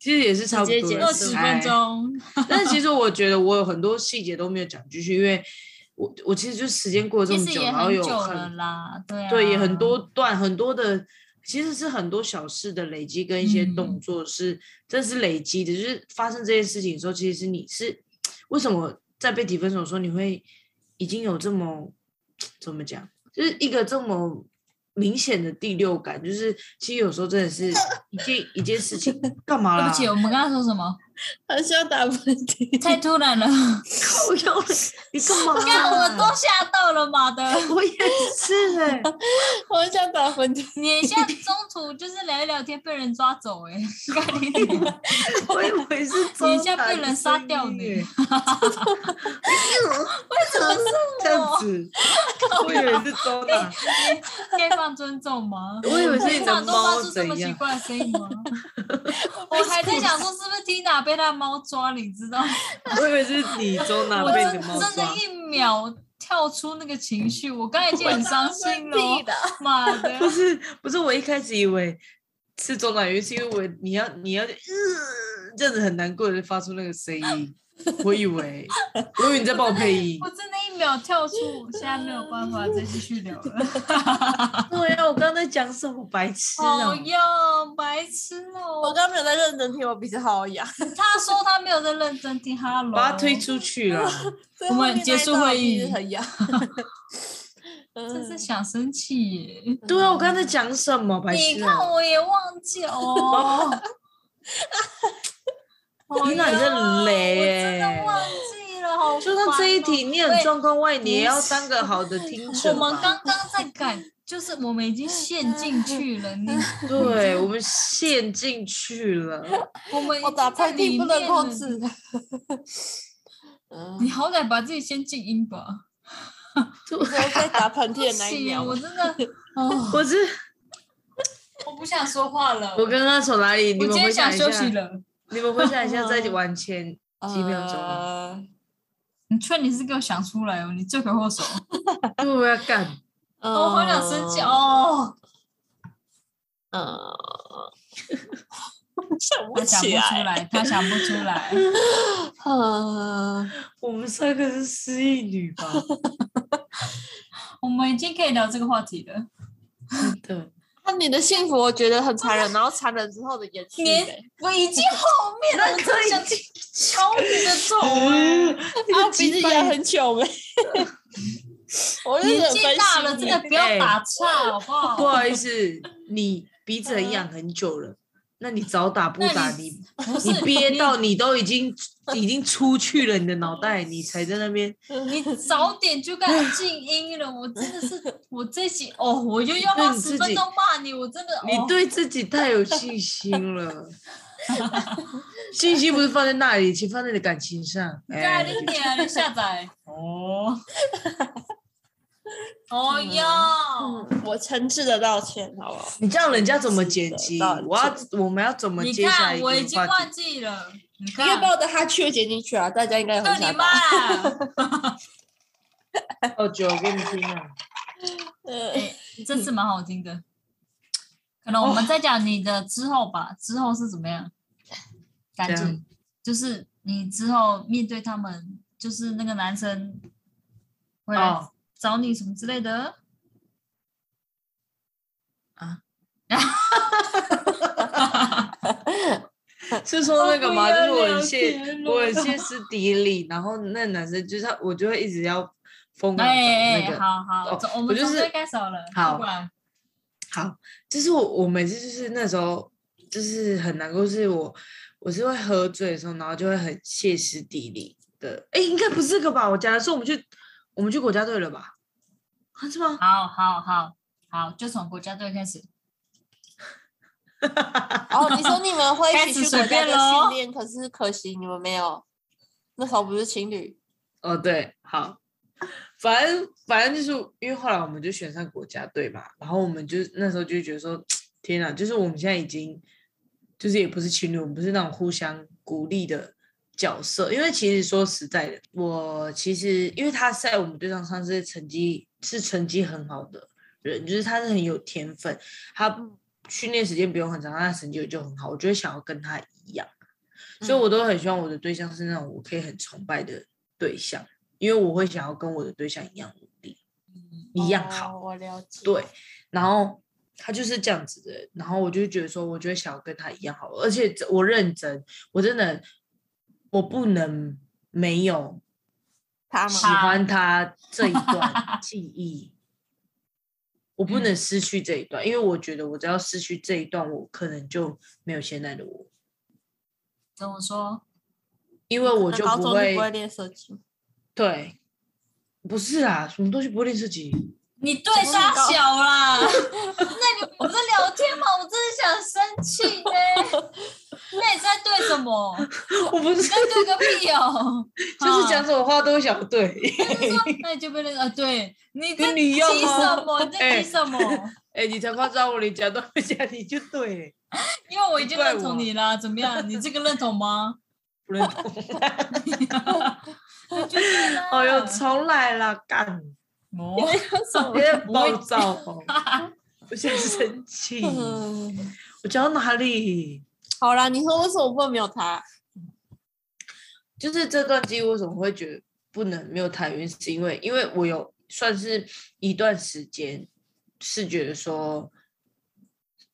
A: 其实也是差不
C: 接
A: 多
C: 结
A: 了
B: 二
C: 束
B: 十
A: 哎
B: 分钟，
A: 但是其实我觉得我有很多细节都没有讲进去，因为我我其实就时间过了这
B: 其
A: 么
B: 实
A: 久，
B: 也
A: 然后
B: 很
A: 有
B: 久了
A: 很
B: 啦，对啊，
A: 对也很多段很多的，其实是很多小事的累积跟一些动
B: 嗯
A: 作是、真是累积的，就是发生这些事情的时候，其实你是为什么在被提分手的时候你会已经有这么怎么讲，就是一个这么。明显的第六感，就是其实有时候真的 是一件一件事情，干嘛啊
B: 对
A: 啦？
B: 不起，我们刚刚说什么？
C: 很需要打喷 嚏。
B: 太突 然了，
A: 靠腰嘞 你干嘛、啊
B: 看 我都吓到了 妈的！
A: 我也 是哎、
C: 我很想打喷嚏，
B: 你现在中途就是聊一聊天被人抓走哎、欸，干你 娘
A: 我以为 是
B: 你一下被人杀掉 呢
A: 为什么
B: 我
A: 这样子？我以为是周娜，
B: 可以放尊重吗？
A: 我以为是你
B: 听
A: 的
B: 到都发
A: 猫
B: 出这么
A: 怎
B: 奇
A: 样？
B: 怪的声音 吗？我还在想说是不是 Tina 被他猫抓了，你知道吗？
A: 我以为是 你周娜
B: 我
A: 被
B: 真
A: 你的猫
B: 真
A: 抓
B: 的，一秒跳出那个情绪，我刚才已经很伤心 了哦，
C: 的。
B: 妈的！
A: 不是不是，我一开始以为是周娜，因为是因为我你要你要、呃、这样子很难过的发出那个声音。我以为，我以为你在帮我配音
B: 我。真的一秒跳出，现在没有办法再继续 聊了。
A: 对啊，我刚才讲什么白痴
B: 好
A: 啊？
B: 哟，白痴
C: 我
B: 哦！
C: 刚刚没有在认真听，我鼻子好痒。
B: 他说他没有在认真听哈喽，
A: 把他推，出去 了。
C: 最
B: 我们
C: 后面
B: 结
C: 那一
B: 束
C: 段
B: 会
C: 我鼻
B: 议
C: 子很痒。
B: 真
C: 嗯
B: 是想生气耶！
A: 对啊，我刚才讲什么白
B: 你
A: 痴哎
B: 看
A: 啊？
B: 我也忘记 了哦。
A: 天哪你真的雷耶
B: 我真的忘记了，好烦哦
A: 就像这一题，你很
B: 喂
A: 状况外，你也
B: 不
A: 要
B: 是
A: 当个好的听
B: 我
A: 者嘛。
B: 们刚刚在 改，就是我们已经陷进去了，你
A: 对我们陷进去了，
B: 我们已
C: 我打
B: 经哎在
C: 喷嚏
B: 里
C: 不
B: 面了
C: 能控。制。 嗯，
B: 你好歹把自己先静音吧。
C: 我在打喷嚏
B: 不
C: 的那一
B: 行，
C: 秒，
B: 我真的，哦，
A: 我是
B: 我不想说话了。
A: 我刚刚从哪里？你
B: 我
A: 们
B: 今天
A: 回想
B: 想
A: 一
B: 休息
A: 下，
B: 了。
A: 你们回想一下，再往前几秒钟啊，
C: 呃
B: 你劝你是给我想出来哦，你罪魁祸首。
A: 因为我要干。
C: 呃哦
B: 我好想生气。哦，
C: 嗯，呃 想
B: 他想
C: 不
B: 不
C: 起
B: 出
C: 来。
B: 来，他想不出来。
C: 嗯，
A: 我们三个是失忆女吧？
B: 我们已经可以聊这个话题了。
A: 真的，
C: 那你的幸福我觉得很残忍，然后残忍之后的延续
B: 连
C: 呗。
B: 我已经后面了，我真想敲你的 头啊！
C: 啊，鼻子也很久 呗。我就是
B: 年
C: 很
B: 纪大了，
C: 分
B: 真
C: 析你
B: 的不要打岔，好不
A: 不
B: 好？
A: 好意思，你鼻子很痒很久了，那你早打不打
B: 那
A: 你？
B: 不是
A: 你憋到你都已经已经出去了你的脑袋，你才在那边。
B: 你早点就该静音了。我真的 是，我这集哦，我又要花
A: 对你自
B: 十
A: 己
B: 分钟骂你，我真的。
A: 你
B: 哦
A: 对自己太有信心了， 信心不是放在那里，请放在你的感情上。
B: 干
A: 哎，
B: 你娘！你下 载哦。哦哟，
C: 嗯我诚挚的道歉，好不好？
A: 你这样人家怎么剪辑？
C: 是的
A: 我要我们要怎么
B: 你
A: 接下
B: 看
A: 一个
B: 我已经
A: 话
B: 忘
A: 题？
B: 记了，你
C: 你也
B: 看
C: 把，我的哈气剪进去啊，大家应该也很
B: 对
C: 想
B: 你
C: 打
B: 妈。啦！
A: 哦，酒我给你听啊，
C: 嗯
B: 哎，这次蛮好听的，可能我
A: 哦
B: 们再讲你的之后吧，之后是怎么样？感
A: 怎样
B: 情就是你之后面对他们，就是那个男生会来
A: 哦
B: 找你什么之类的。
A: 是说那个吗？ 就
B: 我不要
A: 是我很
B: 聊
A: 歇
B: 天，了
A: 我很歇斯底里，然后那男生就是他，我就会一直要疯狂
B: 哎
A: 找
B: 哎，
A: 那个。
B: 好好，
A: 哦
B: 走我
A: 我
B: 们
A: 就
B: 从
A: 是
B: 这该走了，
A: 好
B: 不管
A: 好，就是我我每次就是那时候就是很难过，是我我是会喝醉的时候，然后就会很歇斯底里的。哎，应该不是这个吧？我讲的是我们去我们去国家队了吧？啊，是吗？
B: 好好好好，就从国家队开始。
C: 哦，你说你们会
B: 开
C: 一
B: 始
C: 起去
B: 随
C: 国家
B: 便
C: 队
B: 咯
C: 训练，可是可惜你们没有，那时候不是情侣。
A: 哦，对，好，反正反正就是因为后来我们就选上国家队嘛，然后我们就那时候就觉得说，天哪，就是我们现在已经就是也不是情侣，我们不是那种互相鼓励的角色，因为其实说实在的，我其实因为他在我们队上上是成绩是成绩很好的人，就是他是很有天分，他
C: 嗯
A: 训练时间不用很长，他的成绩就很好，我就会想要跟他一样。所以
C: 嗯
A: 我都很希望我的对象是那种我可以很崇拜的对象，因为我会想要跟我的对象一样努力，一样好。
C: 哦我了解。
A: 对，然后他就是这样子的人，然后我就觉得说，我就会想要跟他一样好，而且这我认真，我真的我不能没有
C: 他
A: 喜
C: 吗？
A: 欢 他这一段记忆。我不
C: 嗯
A: 能失去这一段，因为我觉得我只要失去这一段，我可能就没有现在的我，
B: 跟我说，
A: 因为我
C: 那
A: 就
C: 高
A: 不
C: 中
A: 会
C: 不会练射击。
A: 对，不是啊，什么东西不会练自己？
B: 你对他小啦？那你我们在聊天吗？我真的想生气呢、 那你在对什么？
A: 我不
B: 你
A: 是
B: 在，对个屁哦！
A: 就是
C: 啊
A: 讲什么话都会想对。
B: 那你就被那个啊，对你在
A: 跟你一样
B: 提
A: 吗
B: 什么？你在
A: 哎
B: 提什么？
A: 哎、你才夸张我，你讲都会讲，你就对，
B: 因为我已经认
A: 怪我
B: 同你啦，怎么样？你这个认 同吗？
A: 不认同。
B: 那就对啦
A: 哎 呦，重来啦，干！
B: 哦
A: 有点暴躁哦，我想生气。
C: 嗯，
A: 我讲到哪里？
C: 好啦，你说为什么不能没有他？
A: 就是这段记忆为什么会觉得不能没有台晕，是因为因为我有算是一段时间是觉得说，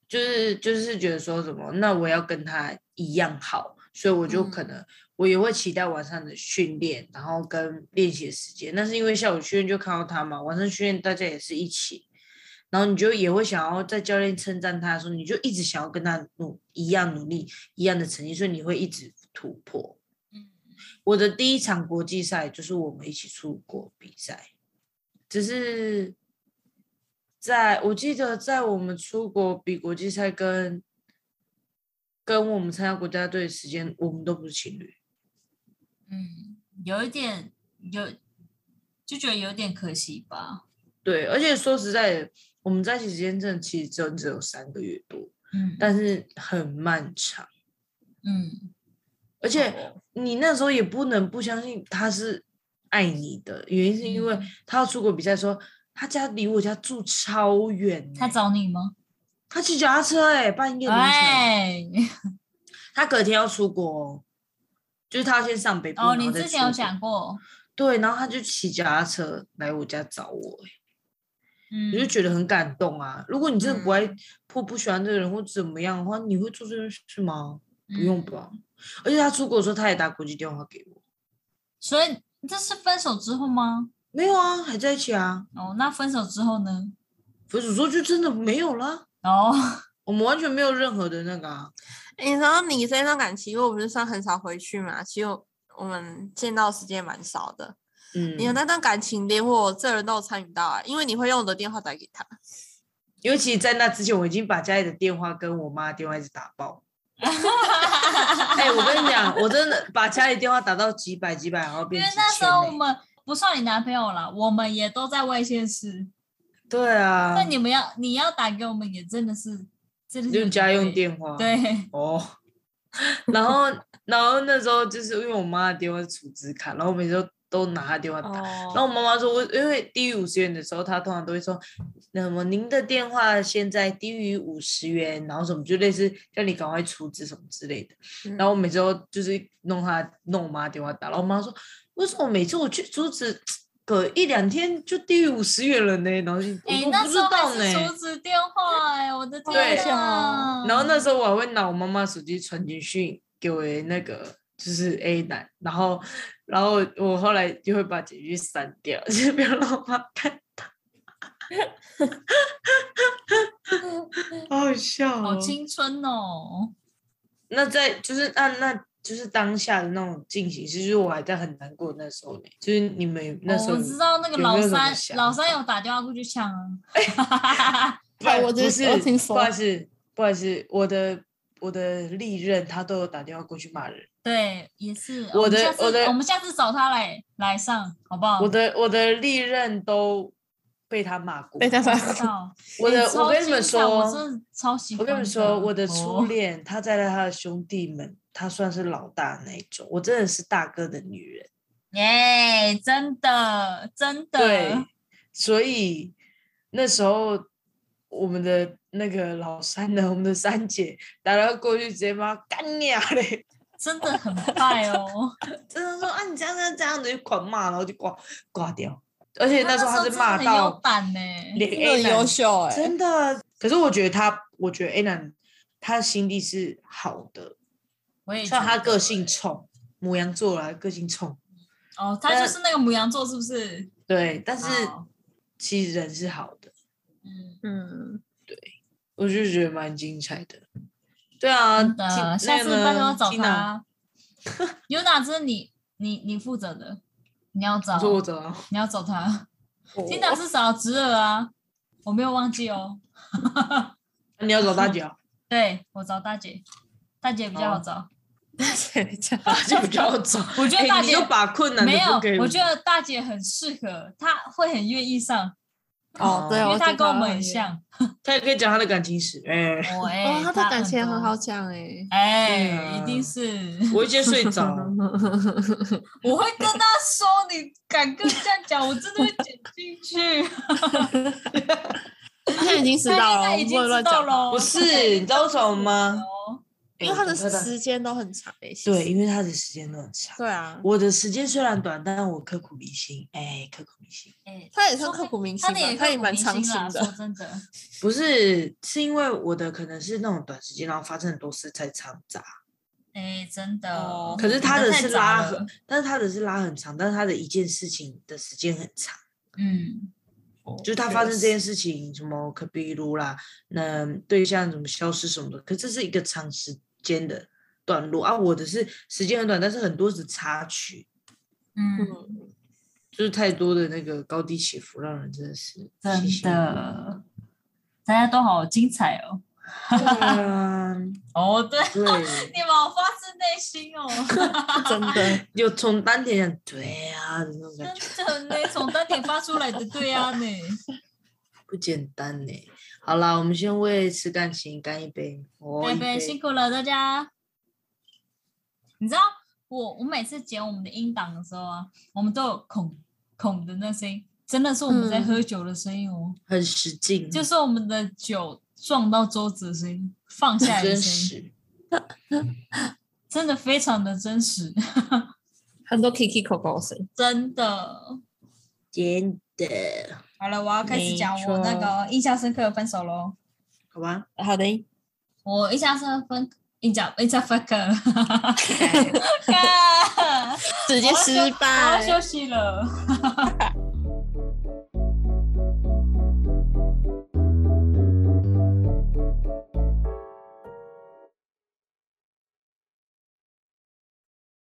A: 就是就是觉得说什么，那我要跟他一样好，所以我就可能、我也会期待晚上的训练，然后跟练习的时间。但是因为下午训练就看到他嘛，晚上训练大家也是一起，然后你就也会想要在教练称赞他的时候，你就一直想要跟他努一样努力一样的成绩，所以你会一直突破。
B: 嗯
A: 我的第一场国际赛就是我们一起出国比赛，只是在我记得在我们出国比国际赛跟跟我们参加国家队的时间，我们都不是情侣。
B: 嗯，有一点有就觉得有点可惜吧。
A: 对，而且说实在的，我们在一起时间真的其实真的只有三个月多，
B: 嗯
A: 但是很漫长，
B: 嗯，
A: 而且
C: 哦
A: 你那时候也不能不相信他是爱你的，原因是因为
B: 嗯
A: 他要出国比赛的时候，他家离我家住超远欸、
B: 他找你吗？
A: 他骑脚踏车哎、半夜凌晨，
B: 哎，
A: 他隔天要出国哦，就是他要先上北部，
B: 哦，
A: 然后
B: 你
A: 再
B: 之前有
A: 出国
B: 讲过，
A: 对，然后他就骑脚踏车来我家找我、欸，
B: 嗯
A: 我就觉得很感动啊。如果你真的不爱
C: 嗯
A: 或不喜欢这个人或怎么样的话，你会做这件事吗？
B: 不
A: 不用吧。
B: 嗯
A: 而且他出国的时候，他也打国际电话给我，
B: 所以这是分手之后吗？
A: 没有啊，还在一起啊。
B: 哦，那分手之后呢？
A: 分手之后就真的没有啦，
B: 哦，
A: 我们完全没有任何的那个啊。
C: 你知道你这段感情，因为我不是算很少回去嘛，其实我我们见到时间蛮少的。
A: 嗯，
C: 你的那段感情，连我这人都有参与到啊，因为你会用我的电话打给他。
A: 因为其实，在那之前，我已经把家里的电话跟我妈的电话一直打 爆。哎、我跟你讲，我真的把家里电话打到几百几百，然后
B: 因
A: 变
B: 为
A: 几
B: 那时
A: 千、
B: 候我
A: 欸。
B: 们不算你男朋友啦，我们也都在外县市。
A: 对啊
B: 那、，你们要你要打给我们，也真的是真的是有
A: 用
B: 点
A: 家用
B: 贵。
A: 电话。
B: 对，
A: 哦，然后然后那时候就是因为我妈的电话是储值卡，然后我每次都都拿她电话打。然后我
C: 哦，
A: 妈妈说，我因为低于五十元的时候，她通常都会说，那么您的电话现在低于五十元，然后什么就类似叫你赶快出资什么之类的。
C: 嗯
A: 然后我每次都就是弄她弄我妈电话打，然后我妈说，为什么每次我去出资隔一两天就低于五十元了呢？然后就我
B: 哎、
A: 说我
B: 那
A: 不知
B: 时候
A: 道
B: 还
A: 呢
B: 是。手指电话、哎，我的
A: 对
B: 天啊！
A: 然后那时候我还会拿我妈妈手机传简讯给我的那个就是 A 男，然后然后我后来就会把简讯删掉， 就是不要让我妈看 到。好好笑、哦，
B: 好青春哦，
A: 那在就是那那就是当下的那种进行式，就是我还在很难过的那时候呢，就是你们那时候
B: 哦我知道那个
A: 有没
B: 老
A: 有什么
B: 三，
A: 想
B: 老
A: 法哎
B: 三有打电话过去抢 啊，
A: 不好不
C: 我只
A: 是
C: 我听
A: 不
C: 说
A: 好意思不好意思，我的我的历任他都有打电话过去骂人。
B: 对，也是。
A: 我
B: 们
A: 的
B: 下次
A: 我的
B: 我们下次找他来来上，好不好？
A: 我的我的历任都被他骂过，
C: 被他发
B: 知道，
A: 我的
B: 哎超
A: 我跟你们
B: 精彩我
A: 说，
B: 真的超喜欢。
A: 我跟你们说，我的初
B: 哦，
A: 恋，她在她的兄弟们，她算是老大那一种，我真的是大哥的女人，
B: 耶，真的真的，
A: 对，所以那时候我们的那个老三呢，我 们的三姐打电话过去，直接骂干你啊嘞，
B: 真的很快 哦。
A: 真的说啊你这样这样这样的就狂骂，然后就挂挂掉，而且那时候她
B: 他
A: 是
B: 那时
A: 骂
B: 真的很有
A: 到
B: 胆呢，
A: 连
C: 真
A: A
C: 的
A: 男
C: 优秀哎、
A: 真的。可是我觉得他，我觉得 A 男他心地是好的，
B: 我也
A: 虽然
B: 觉
A: 他
B: 得
A: 个
B: 欸
A: 性冲，母羊座啦，个性冲，
B: 哦，他就是那个母羊座，是不是？
A: 对，但是
B: 好
A: 其实人是好的，
B: 嗯，
C: 嗯，
A: 我就觉得蛮精彩的。对啊，
B: 真的，
A: Ti-
B: 下
A: 那
B: 次
A: 个呢
B: 拜托找
A: Tina，
B: 他。有哪 只你你你负责的，你要找
A: 你，说我走啊，
B: 你要找他。
C: 我
B: 金导是找侄儿啊，我没有忘记哦。
A: 那你要找大姐 啊，
B: 对我找大姐，大姐比较好找。
A: 哦大 姐比较好找。
B: 我觉得大
A: 哎，你
B: 姐、
A: 就把困难的
B: 没有
A: 不给，
B: 我觉得大姐很适合，她会很愿意上，
C: 哦，对，
B: 因为
C: 我
B: 她
C: 知
B: 跟我
C: 道
B: 们很
C: 了
B: 像。
A: 他也可以讲他的感情史。哎，
B: 我哎、
C: 哦，他的感
B: 很
C: 情很
B: 多
C: 好。讲 哎、
B: 哎、
A: 对啊
B: 一定是，
A: 我已经睡着了，
B: 我会跟她说，你敢跟这样讲，我真的会剪进去。
C: 他现在已经知
B: 她现在
C: 道了，我
B: 已
C: 们
B: 经
C: 不
B: 知
C: 能乱
B: 道
C: 讲话。
B: 了，
A: 不是，你知道为什么吗？哎
B: 哦？
C: 因为它的
A: 我觉得
C: 时间都很长诶、其
A: 对，
C: 实
A: 因为他的时间都很长。
C: 对啊，
A: 我的时间虽然短，但我刻骨铭心。哎，刻骨铭心
B: 哎，
C: 他也
B: 说
C: 算刻骨铭心
B: 他
C: 吧
B: 的也，
C: 他也
B: 刻骨
C: 蛮
B: 铭
C: 长
B: 心
C: 情
B: 啦
C: 的
B: 啊说。真的，
A: 不是是因为我的可能是那种短时间，然后发生很多事才长杂。
B: 哎，真的
C: 哦。
A: 可是他的
B: 太
A: 是
B: 杂
A: 拉
B: 了
A: 很，但是他的是拉很长，但是他的一件事情的时间很长。
B: 嗯，
A: 就是他发生这件事情，什么可比如啦，那对象怎么消失什么的，可这是一个长时间的段落啊。我的是时间很短，但是很多是插曲，
B: 嗯，
C: 嗯，
A: 就是太多的那个高低起伏，让人真的是
B: 真
A: 谢谢
B: 的，大家都好精彩哦。
A: 对啊，
B: 哦，对，
A: 对，
B: 你们好发自内心 哦，
C: 真的，
A: 就从丹田讲对啊的那种感觉，
B: 真的呢，从丹田发出来的，对啊呢。
A: 不简单呢。好啦，我们先为吃感情干一杯，哦，
B: 贝
A: 一
B: 贝辛苦了大家。你知道我我每次剪我们的音档的时候啊，我们都有孔孔的那声音，真的是我们在
C: 嗯
B: 喝酒的声音哦，
A: 很实劲，
B: 就是我们的酒撞到桌子的声音，放下来的
A: 真
B: 声音，
A: 实。
B: 真的非常的真实，
C: 很多 Kiki 口口声。
B: 真的。
A: 真的，
B: 好了，我要开始讲
A: 没
B: 我那
A: 错
B: 个印象深刻的分手喽。
A: 好吧，
C: 好的，
B: 我印象深分印象印象深刻，
C: 直接失
B: 我要
C: 败。
B: 休息了。